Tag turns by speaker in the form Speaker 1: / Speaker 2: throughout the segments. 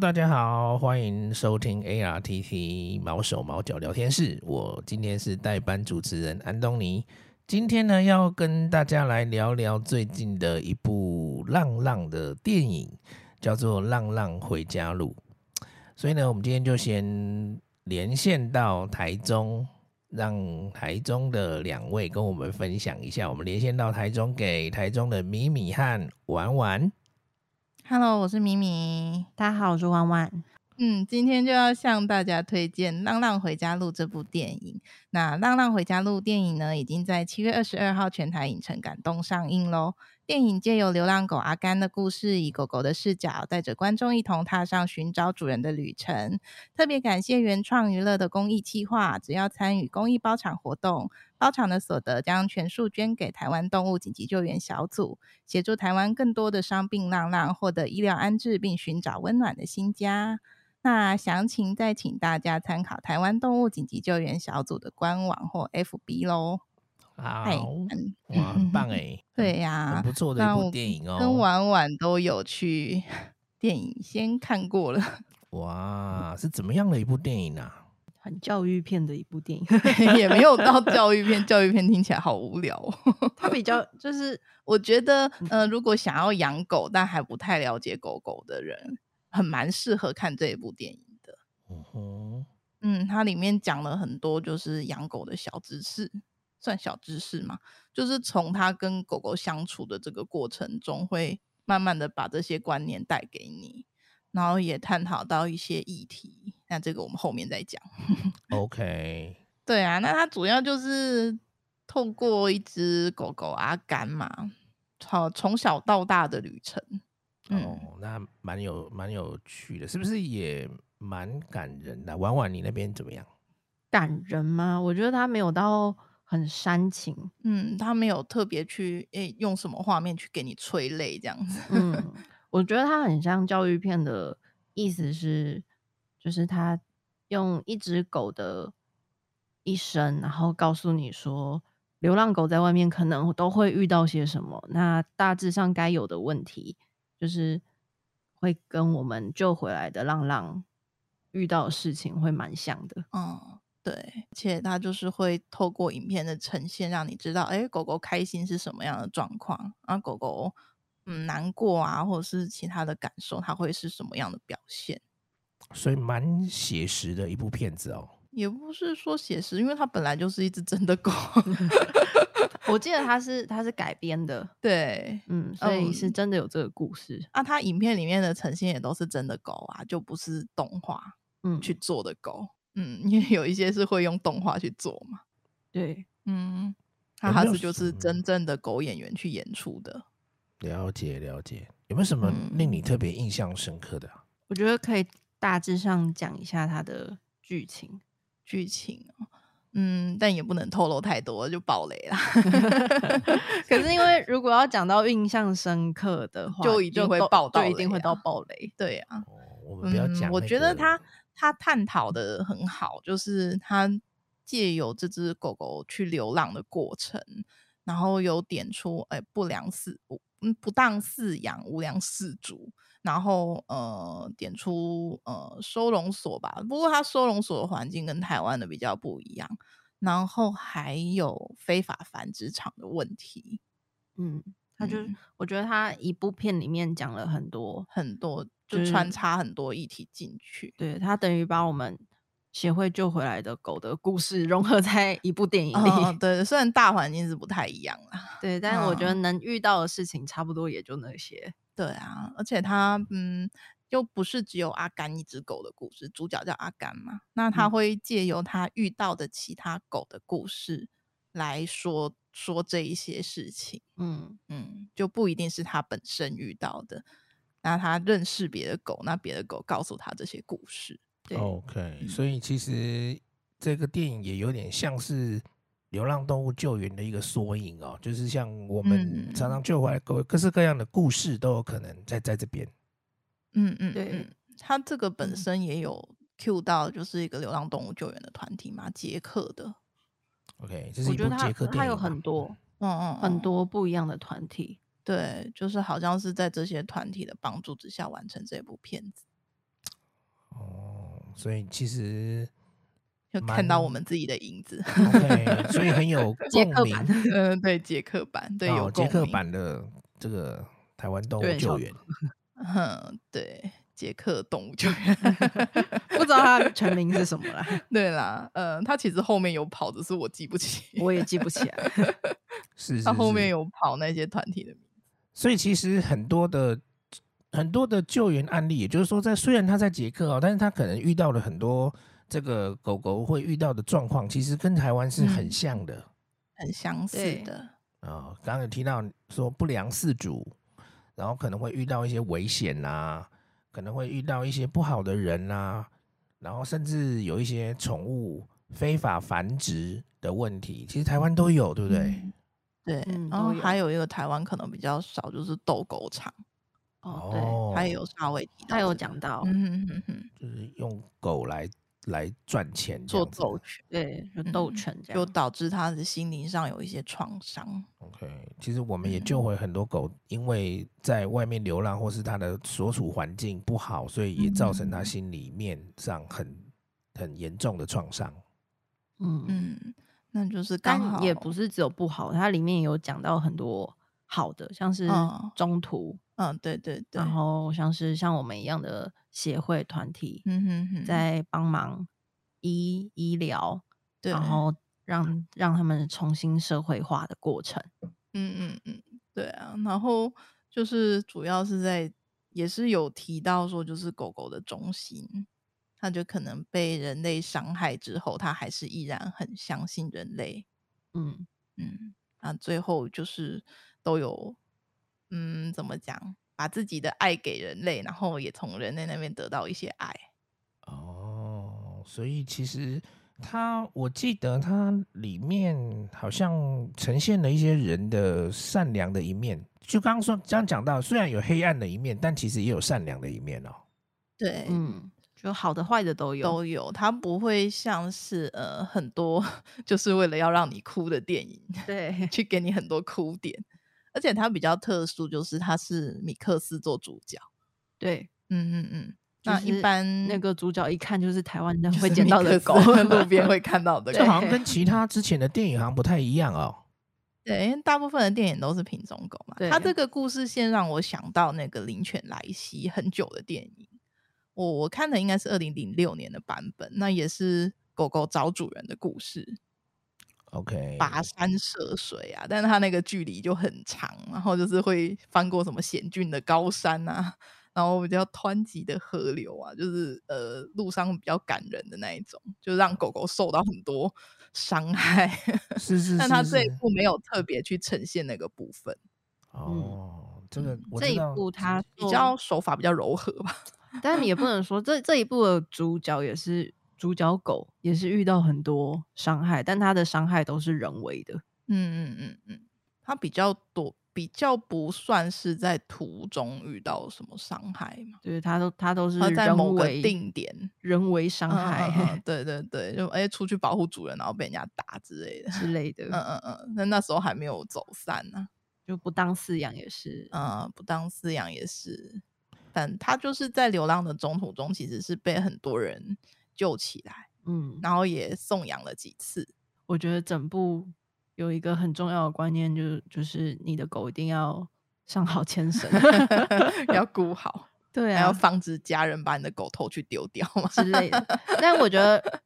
Speaker 1: 大家好，欢迎收听 ARTT 毛手毛脚聊天室，我今天是代班主持人安东尼。今天呢，要跟大家来聊聊最近的一部浪浪的电影，叫做《浪浪回家路》。所以呢，我们今天就先连线到台中，让台中的两位跟我们分享一下。我们连线到台中，给台中的米米和玩玩。
Speaker 2: Hello，我是米米。
Speaker 3: 大家好，我是弯弯。
Speaker 2: 嗯，今天就要向大家推荐《浪浪回家路》这部电影。那《浪浪回家路》电影呢，已经在七月二十二号全台影城感动上映喽。电影借由流浪狗阿甘的故事，以狗狗的视角，带着观众一同踏上寻找主人的旅程。特别感谢原创娱乐的公益计划，只要参与公益包场活动，包场的所得将全数捐给台湾动物紧急救援小组，协助台湾更多的伤病浪浪获得医疗安置，并寻找温暖的新家。那详情再请大家参考台湾动物紧急救援小组的官网或 FB 喽。
Speaker 1: 好
Speaker 2: 嗨，嗯
Speaker 1: 哇，很棒哎，
Speaker 2: 对呀、
Speaker 1: 很，很不错的
Speaker 2: 那
Speaker 1: 一部
Speaker 2: 我
Speaker 1: 电影
Speaker 2: 跟
Speaker 1: 哦。
Speaker 2: 婉婉都有去 电影先看过了，
Speaker 1: 哇，是怎么样的一部电影啊？
Speaker 3: 很教育片的一部电影，
Speaker 2: 也没有到教育片，教育片听起来好无聊、哦。
Speaker 3: 它比较就是
Speaker 2: 我觉得，
Speaker 1: 嗯
Speaker 2: 呃，如果想要养狗但还不太了解狗狗的人，很蛮适合看这一部电影的。
Speaker 1: 嗯 哼，
Speaker 2: 嗯，它里面讲了很多就是养狗的小知识，算小知识嘛，就是从它跟狗狗相处的这个过程中，会慢慢的把这些观念带给你，然后也探讨到一些议题。那这个我们后面再讲。
Speaker 1: OK，
Speaker 2: 对啊，那它主要就是透过一只狗狗阿甘嘛，好从小到大的旅程。嗯
Speaker 1: 哦，那蛮有蛮有趣的，是不是也蛮感人的？啊婉婉，你那边怎么样？
Speaker 3: 感人吗？我觉得它没有到很煽情，
Speaker 2: 嗯，他没有特别去诶、用什么画面去给你催泪这样子。
Speaker 3: 嗯，我觉得它很像教育片的意思是，就是它用一只狗的一生，然后告诉你说，流浪狗在外面可能都会遇到些什么，那大致上该有的问题，就是会跟我们救回来的浪浪遇到的事情会蛮像的。
Speaker 2: 嗯，对，而且他就是会透过影片的呈现，让你知道，诶、狗狗开心是什么样的状况，然后狗狗嗯难过啊，或者是其他的感受，它会是什么样的表现。
Speaker 1: 所以蛮写实的一部片子哦。
Speaker 2: 也不是说写实，因为它本来就是一只真 的狗。
Speaker 3: 我记得它是它是改编的，
Speaker 2: 对，
Speaker 3: 嗯，所以是
Speaker 2: 嗯
Speaker 3: 真的有这个故事，
Speaker 2: 啊，它影片里面的呈现也都是真的狗啊，就不是动画
Speaker 3: 嗯，
Speaker 2: 去做的狗。嗯，因为有一些是会用动画去做嘛。
Speaker 3: 对，
Speaker 2: 嗯，它
Speaker 1: 有
Speaker 2: 还
Speaker 1: 没有嗯
Speaker 2: 是就是
Speaker 1: 什
Speaker 2: 真正的狗演员去演出的。
Speaker 1: 了解了解，有没有什么
Speaker 2: 嗯
Speaker 1: 令你特别印象深刻的啊、
Speaker 3: 我觉得可以大致上讲一下它的 剧情。
Speaker 2: 剧情哦，嗯，但也不能透露太多，就爆雷啦。
Speaker 3: 可是因为如果要讲到印象深刻的话，
Speaker 2: 就一定会
Speaker 3: 都
Speaker 2: 爆到
Speaker 3: 就一定会
Speaker 2: 雷啊
Speaker 3: 到爆雷。嗯
Speaker 2: 对啊，嗯
Speaker 1: 哦，我们不要讲那个、
Speaker 2: 我觉得他他探讨的很好，就是他借由这只狗狗去流浪的过程，然后有点出哎、不良饲不嗯不当饲养、无良饲主，然后呃点出呃收容所吧，不过它收容所的环境跟台湾的比较不一样，然后还有非法繁殖场的问题，
Speaker 3: 嗯，他就、
Speaker 2: 嗯
Speaker 3: 我觉得他一部片里面讲了很多，
Speaker 2: 很多就
Speaker 3: 就是
Speaker 2: 穿插很多议题进去。
Speaker 3: 对他等于把我们协会救回来的狗的故事融合在一部电影里。
Speaker 2: 哦，对，虽然大环境是不太一样啦，
Speaker 3: 对，但我觉得
Speaker 2: 嗯
Speaker 3: 能遇到的事情差不多也就那些。
Speaker 2: 对啊，而且它嗯，又不是只有阿甘一只狗的故事，主角叫阿甘嘛，那他
Speaker 3: 嗯
Speaker 2: 会借由他遇到的其他狗的故事来说说这一些事情，
Speaker 3: 嗯，
Speaker 2: 嗯，就不一定是他本身遇到的，那他认识别的狗，那别的狗告诉他这些故事，
Speaker 3: 对，
Speaker 1: OK，
Speaker 2: 嗯
Speaker 1: 所以其实这个电影也有点像是《流浪动物救援》的一个缩影哦，就是像我们
Speaker 2: 嗯
Speaker 1: 常常救回来各各式各样的故事都有可能在在这边。
Speaker 2: 嗯嗯，
Speaker 3: 对
Speaker 2: 嗯，他这个本
Speaker 3: 嗯
Speaker 2: 身也有 cue 到，就是一个流浪动物救援的团体嘛，捷克的，
Speaker 1: OK，这是
Speaker 3: 我
Speaker 1: 一
Speaker 3: 觉
Speaker 1: 部
Speaker 3: 得他
Speaker 1: 捷克电影嘛，啊
Speaker 3: 他有很多
Speaker 2: 嗯嗯，
Speaker 3: 很
Speaker 2: 嗯
Speaker 3: 多不一样的团体。
Speaker 2: 对，就是好像是在这些团体的帮助之下完成这部片子。
Speaker 1: 哦，所以其实
Speaker 2: 就看到我们自己的影子。
Speaker 1: OK，所以很有
Speaker 3: 捷
Speaker 1: 共
Speaker 3: 克
Speaker 1: 鸣
Speaker 3: 版。
Speaker 2: 嗯， 对，捷克版，对，有
Speaker 1: 哦，捷
Speaker 2: 共
Speaker 1: 克
Speaker 2: 鸣
Speaker 1: 版的这个台湾动物
Speaker 3: 对
Speaker 1: 救
Speaker 3: 小
Speaker 1: 援，
Speaker 2: 嗯，对，捷克动物 救援。
Speaker 3: 不知道它的全名是什么啦，
Speaker 2: 对啦，呃，他其实后面有跑，只是我记不起。
Speaker 3: 我也记不起来。
Speaker 1: 是是
Speaker 2: 他后面
Speaker 1: 是
Speaker 2: 有跑那些团体的名字。
Speaker 1: 所以其实很多的很多的救援案例，也就是说在，虽然他在捷克哦，但是他可能遇到了很多这个狗狗会遇到的状况，其实跟台湾是很
Speaker 2: 嗯
Speaker 1: 像的
Speaker 2: 很相似
Speaker 3: 对
Speaker 2: 的，
Speaker 1: 啊。刚刚有提到说不良饲主，然后可能会遇到一些危险啊，可能会遇到一些不好的人啊，然后甚至有一些宠物非法繁殖的问题，其实台湾都有，对不对？
Speaker 2: 嗯对，
Speaker 3: 嗯
Speaker 2: 然后
Speaker 3: 都有
Speaker 2: 还有一个台湾可能比较少，就是斗狗场，
Speaker 3: 哦，对，
Speaker 2: 他嗯也有稍微提到
Speaker 3: 他有
Speaker 2: 这个
Speaker 3: 讲到，
Speaker 2: 嗯哼哼哼，
Speaker 1: 就是用狗来来赚钱这
Speaker 2: 做
Speaker 1: 样子，
Speaker 2: 斗犬，
Speaker 3: 对，就斗
Speaker 2: 嗯
Speaker 3: 犬这
Speaker 2: 就
Speaker 3: 样。
Speaker 2: 导致他的心灵上有一些创伤。
Speaker 1: OK，其实我们也
Speaker 2: 嗯
Speaker 1: 救回很多狗，因为在外面流浪或是它的所处环境不好，所以也造成它
Speaker 2: 嗯
Speaker 1: 心里面上很很严重的创伤。
Speaker 3: 嗯，
Speaker 2: 嗯，那就是刚好
Speaker 3: 但也不，是只有不好，它里面有讲到很多好的，像是
Speaker 2: 哦
Speaker 3: 中途，
Speaker 2: 嗯，对对对，
Speaker 3: 然后像是像我们一样的协会团体，
Speaker 2: 嗯哼哼，
Speaker 3: 在帮忙医医疗，
Speaker 2: 对，
Speaker 3: 然后让让他们重新社会化的过程。
Speaker 2: 嗯嗯嗯，对啊，然后就是主要是在也是有提到说，就是狗狗的忠心，它就可能被人类伤害之后，它还是依然很相信人类，
Speaker 3: 嗯，
Speaker 2: 嗯，那最后就是都有，嗯，怎么讲，把自己的爱给人类，然后也从人类那边得到一些爱，
Speaker 1: 哦，所以其实它，我记得它里面好像呈现了一些人的善良的一面。就刚刚说，刚刚讲到，虽然有黑暗的一面，但其实也有善良的一面哦。
Speaker 2: 对，
Speaker 3: 嗯，就好的坏的都有。
Speaker 2: 都有，它不会像是呃很多 就是为了要让你哭的电影，
Speaker 3: 对，
Speaker 2: 去给你很多哭点，而且它比较特殊，就是它是米克斯做主角。
Speaker 3: 对，
Speaker 2: 嗯嗯嗯，
Speaker 3: 就
Speaker 2: 那一
Speaker 3: 是
Speaker 2: 般
Speaker 3: 那个主角一看就是台湾人
Speaker 2: 嗯就是
Speaker 3: 会捡
Speaker 2: 米
Speaker 3: 到
Speaker 2: 克
Speaker 3: 的
Speaker 2: 斯
Speaker 3: 狗，
Speaker 2: 路边会看到的
Speaker 1: 这
Speaker 2: 狗。
Speaker 1: 好像跟其他之前的电影好像不太一样哦。
Speaker 2: 对，因为大部分的电影都是品种狗嘛。它这
Speaker 3: 对
Speaker 2: 个故事线让我想到那个《灵犬莱西》很久的电影，我我看的应该是二零零六年的版本，那也是狗狗找主人的故事。
Speaker 1: OK，
Speaker 2: 跋山涉水啊，但是它那个距离就很长，然后就是会翻过什么险峻的高山啊，然后比较湍急的河流啊，就是呃路上比较感人的那一种，就让狗狗受到很多伤害。
Speaker 1: 是 是是
Speaker 2: 但它这一
Speaker 1: 是
Speaker 2: 部没有特别去呈现那个部分，
Speaker 1: 哦，这个
Speaker 3: 嗯
Speaker 1: 我
Speaker 3: 这
Speaker 1: 知
Speaker 3: 一
Speaker 1: 道
Speaker 3: 部他
Speaker 2: 比较 手法比较柔和吧。
Speaker 3: 但也不能说这这一部的主角也是主角狗，也是遇到很多伤害，但他的伤害都是人为的。
Speaker 2: 嗯嗯嗯嗯，它比较多，比较不算是在途中遇到什么伤害嘛，
Speaker 3: 对，他都他都是
Speaker 2: 它在
Speaker 3: 人
Speaker 2: 某个
Speaker 3: 为
Speaker 2: 定点。
Speaker 3: 人为伤
Speaker 2: 嗯嗯
Speaker 3: 害
Speaker 2: 嗯对对对，就哎、出去保护主人，然后被人家打之类的。
Speaker 3: 之类的，
Speaker 2: 嗯嗯嗯，那那时候还没有走散呢、
Speaker 3: 就不当饲养也是。
Speaker 2: 嗯，不当饲养也是，但他就是在流浪的中途中，其实是被很多人救起来，
Speaker 3: 嗯，
Speaker 2: 然后也送养了几次。，
Speaker 3: 我觉得整部有一个很重要的观念，就是就是你的狗一定要上好牵绳
Speaker 2: 要顾好，
Speaker 3: 对
Speaker 2: 还要
Speaker 3: 啊
Speaker 2: 防止家人把你的狗偷去丢掉嘛。
Speaker 3: 之类的。但我觉得，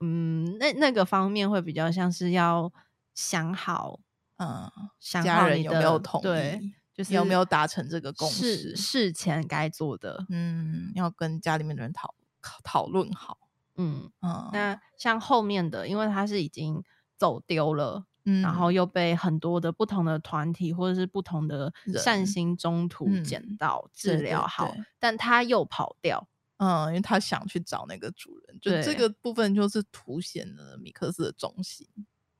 Speaker 3: 嗯，那那个方面会比较像是要想好，
Speaker 2: 嗯，
Speaker 3: 想
Speaker 2: 家
Speaker 3: 好
Speaker 2: 人
Speaker 3: 你
Speaker 2: 有
Speaker 3: 的
Speaker 2: 没有同
Speaker 3: 对
Speaker 2: 意
Speaker 3: 就是
Speaker 2: 有没有达成这个共识
Speaker 3: 事事前该做的，
Speaker 2: 嗯，要跟家里面的人讨讨论好。
Speaker 3: 嗯。
Speaker 2: 嗯，
Speaker 3: 那像后面的，因为它是已经走丢了，
Speaker 2: 嗯
Speaker 3: 然后又被很多的不同的团体或者是不同的
Speaker 2: 人
Speaker 3: 善心中途
Speaker 2: 嗯
Speaker 3: 捡到、
Speaker 2: 对
Speaker 3: 治
Speaker 2: 对
Speaker 3: 疗好，
Speaker 2: 对
Speaker 3: 但它又跑掉。
Speaker 2: 嗯，因为他想去找那个主人，就这
Speaker 3: 对
Speaker 2: 个部分就是凸显了米克斯的忠心。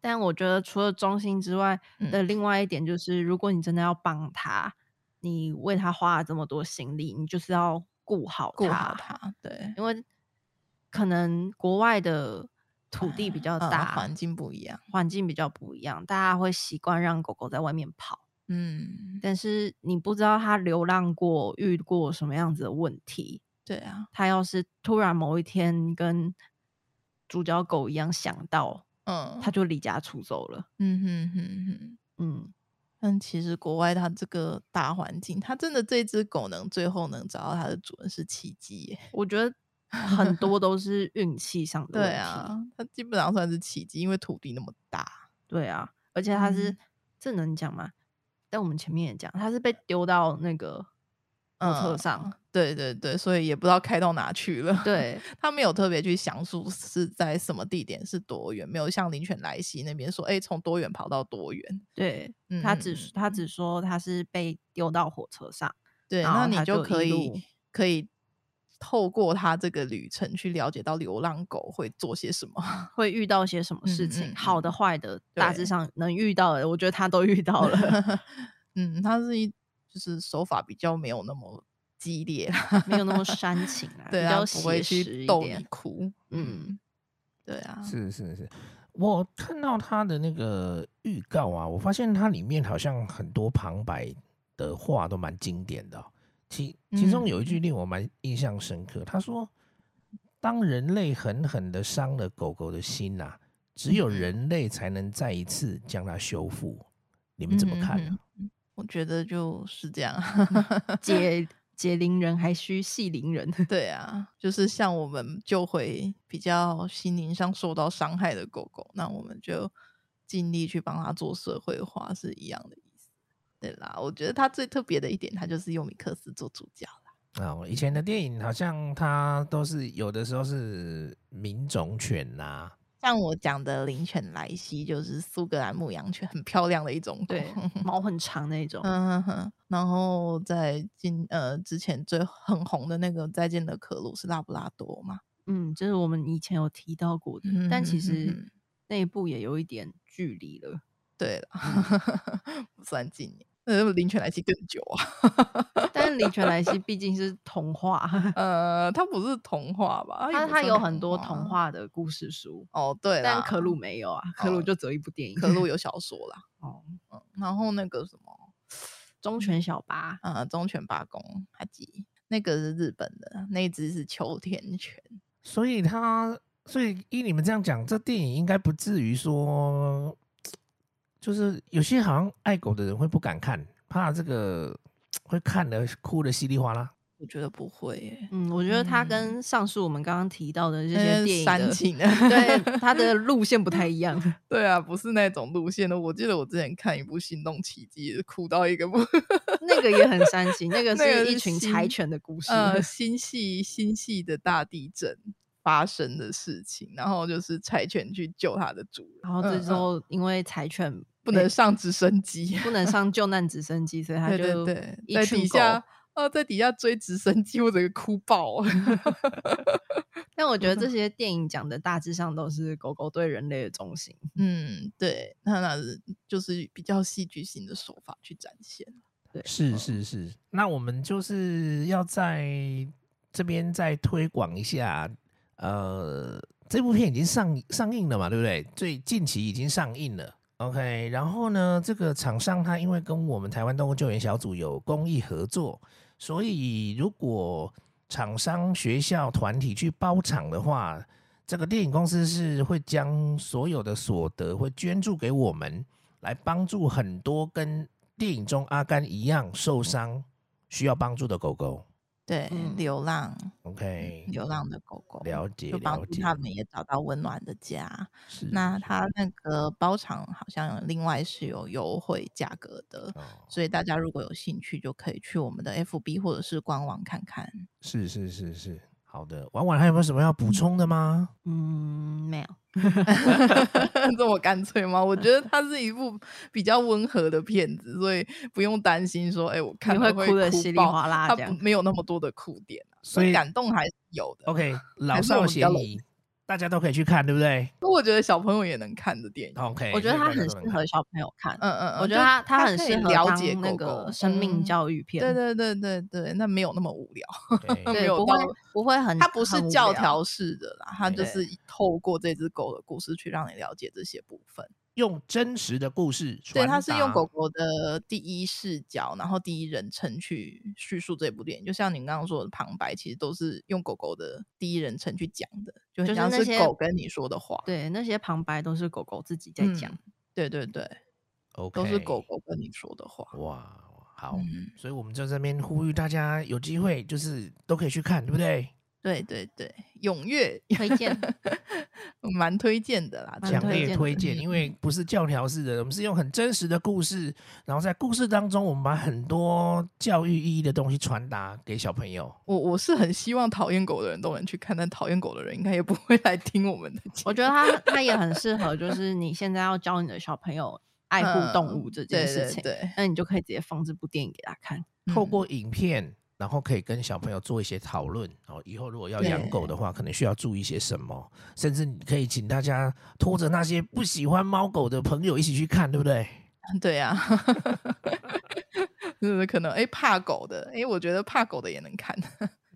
Speaker 3: 但我觉得除了忠心之外
Speaker 2: 嗯
Speaker 3: 的另外一点就是，如果你真的要帮他，你为他花了这么多心力，你就是要顾好
Speaker 2: 顾好他，对，
Speaker 3: 因为可能国外的土地比较
Speaker 2: 嗯
Speaker 3: 大，
Speaker 2: 环境不一样，
Speaker 3: 环境比较不一样，大家会习惯让狗狗在外面跑，
Speaker 2: 嗯，
Speaker 3: 但是你不知道它流浪过、遇过什么样子的问题，
Speaker 2: 对啊，
Speaker 3: 他要是突然某一天跟主角狗一样想到，
Speaker 2: 嗯，
Speaker 3: 他就离家出走了。
Speaker 2: 嗯哼哼哼。
Speaker 3: 嗯，
Speaker 2: 但其实国外它这个大环境，它真的这只狗能最后能找到它的主人是奇迹耶。
Speaker 3: 我觉得很多都是运气上的问
Speaker 2: 对
Speaker 3: 题。
Speaker 2: 啊，它基本上算是奇迹，因为土地那么大。
Speaker 3: 对啊，而且他是、
Speaker 2: 嗯
Speaker 3: 这能讲吗？但我们前面也讲，他是被丢到那个 火车
Speaker 2: 嗯
Speaker 3: 上，
Speaker 2: 对对对，所以也不知道开到哪去了。，
Speaker 3: 对，
Speaker 2: 他没有特别去详述是在什么地点是多远，没有像林犬莱西那边说，哎、从多远跑到多远。
Speaker 3: 对
Speaker 2: 嗯
Speaker 3: 他
Speaker 2: 嗯
Speaker 3: 只
Speaker 2: 嗯
Speaker 3: 说他只说他是被丢到火车上，
Speaker 2: 对，
Speaker 3: 然
Speaker 2: 那
Speaker 3: 后
Speaker 2: 你
Speaker 3: 它就
Speaker 2: 可
Speaker 3: 一
Speaker 2: 以
Speaker 3: 路
Speaker 2: 可以透过它这个旅程去了解到流浪狗会做些什么。
Speaker 3: 会遇到些什么事
Speaker 2: 嗯
Speaker 3: 情，
Speaker 2: 嗯
Speaker 3: 好的
Speaker 2: 嗯
Speaker 3: 坏的，大
Speaker 2: 对，
Speaker 3: 致上能遇到的，我觉得他都遇到了
Speaker 2: 嗯，它是一就是手法比较没有那么激烈啦，
Speaker 3: 没有那么煽情啊，
Speaker 2: 对
Speaker 3: 比
Speaker 2: 啊，
Speaker 3: 较
Speaker 2: 不会
Speaker 3: 写实
Speaker 2: 去
Speaker 3: 一
Speaker 2: 逗
Speaker 3: 点
Speaker 2: 你。哭。嗯，对啊，
Speaker 1: 是是是，我看到他的那个预告啊，我发现它里面好像很多旁白的话都蛮经典的哦、其其中有一句令我蛮印象深刻，他说：“当人类狠狠的伤了狗狗的心呐、啊只有人类才能再一次将它修复。”你们怎么看呢、
Speaker 2: 嗯我觉得就是这样啊。
Speaker 3: 解解铃人还须系铃 人，
Speaker 2: 对啊，就是像我们就会比较心灵上受到伤害的狗狗，那我们就尽力去帮它做社会化，是一样的意思。对啦，我觉得它最特别的一点，它就是用米克斯做主角啦。
Speaker 1: 啊，我以前的电影好像它都是有的时候是民种犬呐、啊
Speaker 2: 像我讲的灵犬莱西，就是苏格兰牧羊犬，很漂亮的一种狗。
Speaker 3: 对，毛很长那种，
Speaker 2: 嗯哼哼，然后在今呃之前最很红的那个《再见的可鲁》是拉布拉多嘛？
Speaker 3: 嗯，这是我们以前有提到过的，但
Speaker 2: 嗯
Speaker 3: 其
Speaker 2: 嗯嗯
Speaker 3: 实
Speaker 2: 嗯
Speaker 3: 那一部也有一点距离了。
Speaker 2: 对了，
Speaker 3: 嗯
Speaker 2: 不算近年，呃，灵犬莱西更久啊。
Speaker 3: 但是李全莱西毕竟是童话，
Speaker 2: 呃，它不是童话吧？
Speaker 3: 它
Speaker 2: 也不
Speaker 3: 它
Speaker 2: 算
Speaker 3: 有很多童
Speaker 2: 啊。
Speaker 3: 话的故事书，
Speaker 2: 哦，对啦，
Speaker 3: 但可鲁没有啊，可鲁
Speaker 2: 哦
Speaker 3: 就只有一部电影。
Speaker 2: 可 鲁有小说 啦。
Speaker 3: 哦，
Speaker 2: 嗯，然后那个什么，
Speaker 3: 忠犬小八，
Speaker 2: 呃，忠犬八公阿吉，那个是日本的，那一只是秋田犬。
Speaker 1: 所以他，所以依你们这样讲，这电影应该不至于说，就是有些好像爱狗的人会不敢看，怕这个会看的哭的稀里哗啦。
Speaker 2: 我觉得不会耶，
Speaker 3: 嗯，我觉得它
Speaker 2: 嗯
Speaker 3: 跟上述我们刚刚提到的这
Speaker 2: 那
Speaker 3: 些
Speaker 2: 是
Speaker 3: 电影
Speaker 2: 煽
Speaker 3: 的，
Speaker 2: 情的
Speaker 3: 对它的路线不太一样。
Speaker 2: 对啊，不是那种路线的。我记得我之前看一部《心动奇迹》，哭到一个不，
Speaker 3: 那个也很煽情，那个
Speaker 2: 那个
Speaker 3: 是一
Speaker 2: 是
Speaker 3: 群
Speaker 2: 新
Speaker 3: 柴犬的故事。
Speaker 2: 呃，新系新系的大地震发生的事情，然后就是柴犬去救它的主人，
Speaker 3: 然后这
Speaker 2: 嗯
Speaker 3: 时候因为柴犬
Speaker 2: 不
Speaker 3: 没
Speaker 2: 能上直升机，
Speaker 3: 不能上救难直升机，所以它
Speaker 2: 对
Speaker 3: 就
Speaker 2: 对对，
Speaker 3: 一
Speaker 2: 在
Speaker 3: 群
Speaker 2: 底
Speaker 3: 狗
Speaker 2: 下呃，在底下追直升机，我整个哭爆 了。
Speaker 3: 但我觉得这些电影讲的大致上都是狗狗对人类的忠心。
Speaker 2: 嗯，对，那那是就是比较戏剧性的手法去展现。
Speaker 1: 是是是，那我们就是要在这边再推广一下，呃，这部片已经上上映了嘛，对不对？最近期已经上映了。OK，然后呢，这个厂商他因为跟我们台湾动物救援小组有公益合作，所以如果厂商、学校、团体去包场的话，这个电影公司是会将所有的所得会捐助给我们，来帮助很多跟电影中阿甘一样受伤需要帮助的狗狗。
Speaker 2: 对，
Speaker 3: 嗯
Speaker 2: 流浪
Speaker 1: OK，
Speaker 2: 流浪的狗狗，
Speaker 1: 了解
Speaker 2: 就帮
Speaker 1: 了
Speaker 2: 助
Speaker 1: 解
Speaker 2: 他们也找到温暖的家。
Speaker 1: 是
Speaker 2: 那
Speaker 1: 是
Speaker 2: 它那个包场好像另外是有优惠价格的，
Speaker 1: 哦
Speaker 2: 所以大家如果有兴趣，就可以去我们的 FB 或者是官网看看。
Speaker 1: 是是是是，好的。婉婉还有没有什么要补充的吗？
Speaker 3: 嗯，没有。
Speaker 2: 这么干脆吗？我觉得它是一部比较温和的片子，所以不用担心说，哎、我看
Speaker 3: 你
Speaker 2: 了会
Speaker 3: 会哭得稀里
Speaker 2: 爆
Speaker 3: 哗啦
Speaker 2: 它
Speaker 3: 这
Speaker 2: 不
Speaker 3: 样
Speaker 2: 没有那么多的哭点、啊，
Speaker 1: 所以
Speaker 2: 感动还是有的。
Speaker 1: OK，老
Speaker 2: 还是
Speaker 1: 少
Speaker 2: 我们比较
Speaker 1: 咸
Speaker 2: 冷
Speaker 1: 宜，大家都可以去看，对不对？
Speaker 2: 不过我觉得小朋友也能看的电影，
Speaker 1: OK，
Speaker 3: 我觉得
Speaker 1: 所以
Speaker 3: 它
Speaker 1: 大家
Speaker 3: 很
Speaker 1: 都
Speaker 3: 适
Speaker 1: 能
Speaker 3: 合
Speaker 1: 看。
Speaker 3: 小朋友看。
Speaker 2: 嗯嗯嗯，
Speaker 3: 我觉
Speaker 2: 就
Speaker 3: 得它呃它
Speaker 2: 它
Speaker 3: 很
Speaker 2: 可以
Speaker 3: 适合
Speaker 2: 了
Speaker 3: 当
Speaker 2: 解
Speaker 3: 那
Speaker 2: 狗
Speaker 3: 个
Speaker 2: 狗
Speaker 3: 生命
Speaker 2: 嗯
Speaker 3: 教育片，
Speaker 2: 对对对对对，那没有那么无聊，
Speaker 1: 对
Speaker 2: 没
Speaker 3: 对，
Speaker 2: 有
Speaker 3: 不会
Speaker 2: 到
Speaker 3: 不会很，
Speaker 2: 它不是
Speaker 3: 很无
Speaker 2: 教
Speaker 3: 聊
Speaker 2: 条式的啦，它就
Speaker 3: 对
Speaker 2: 是透过这只狗的故事去让你了解这些部分。
Speaker 1: 用真实的故事
Speaker 2: 对，
Speaker 1: 传达，
Speaker 2: 他是用狗狗的第一视角，然后第一人称去叙述这部电影，就像你刚刚说的旁白，其实都是用狗狗的第一人称去讲的，就很
Speaker 3: 就是
Speaker 2: 像
Speaker 3: 那些
Speaker 2: 狗跟你说的话。
Speaker 3: 对，那些旁白都是狗狗自己在讲。
Speaker 2: 嗯对对对，
Speaker 1: ，OK，
Speaker 2: 都是狗狗跟你说的话。
Speaker 1: 哇，好，
Speaker 2: 嗯，
Speaker 1: 所以我们就这边呼吁大家有机会就是都可以去看，对不对？
Speaker 2: 对对对，踊跃
Speaker 3: 推 荐，
Speaker 2: 蛮推荐的啦，
Speaker 3: 蛮
Speaker 2: 真
Speaker 1: 强
Speaker 2: 的
Speaker 3: 推荐
Speaker 1: 烈
Speaker 3: 的嗯
Speaker 1: 推荐，因为不是教条式的，我们是用很真实的故事，然后在故事当中，我们把很多教育意义的东西传达给小朋友。
Speaker 2: 我我是很希望讨厌狗的人都能去看，但讨厌狗的人应该也不会来听我们的节目。
Speaker 3: 我觉得它它也很适合，就是你现在要教你的小朋友爱护动物这件事情，
Speaker 2: 嗯对对对
Speaker 3: 那你就可以直接放这部电影给他看。
Speaker 1: 透
Speaker 2: 嗯
Speaker 1: 过影片，然后可以跟小朋友做一些讨论。哦，以后如果要养
Speaker 2: 对
Speaker 1: 狗的话，可能需要注意些什么，甚至你可以请大家拖着那些不喜欢猫狗的朋友一起去看，对不对？
Speaker 2: 对呀、啊， 就是可能哎、诶怕狗的，哎、我觉得怕狗的也能看。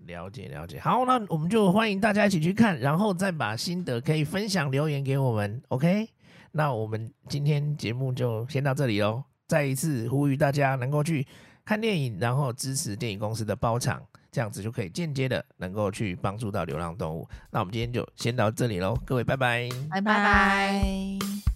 Speaker 1: 了解了解，好，那我们就欢迎大家一起去看，然后再把心得可以分享留言给我们，OK？那我们今天节目就先到这里喽，再一次呼吁大家能够去看电影，然后支持电影公司的包场，这样子就可以间接的能够去帮助到流浪动物。那我们今天就先到这里喽，各位拜拜。
Speaker 2: 拜
Speaker 3: 拜
Speaker 2: 拜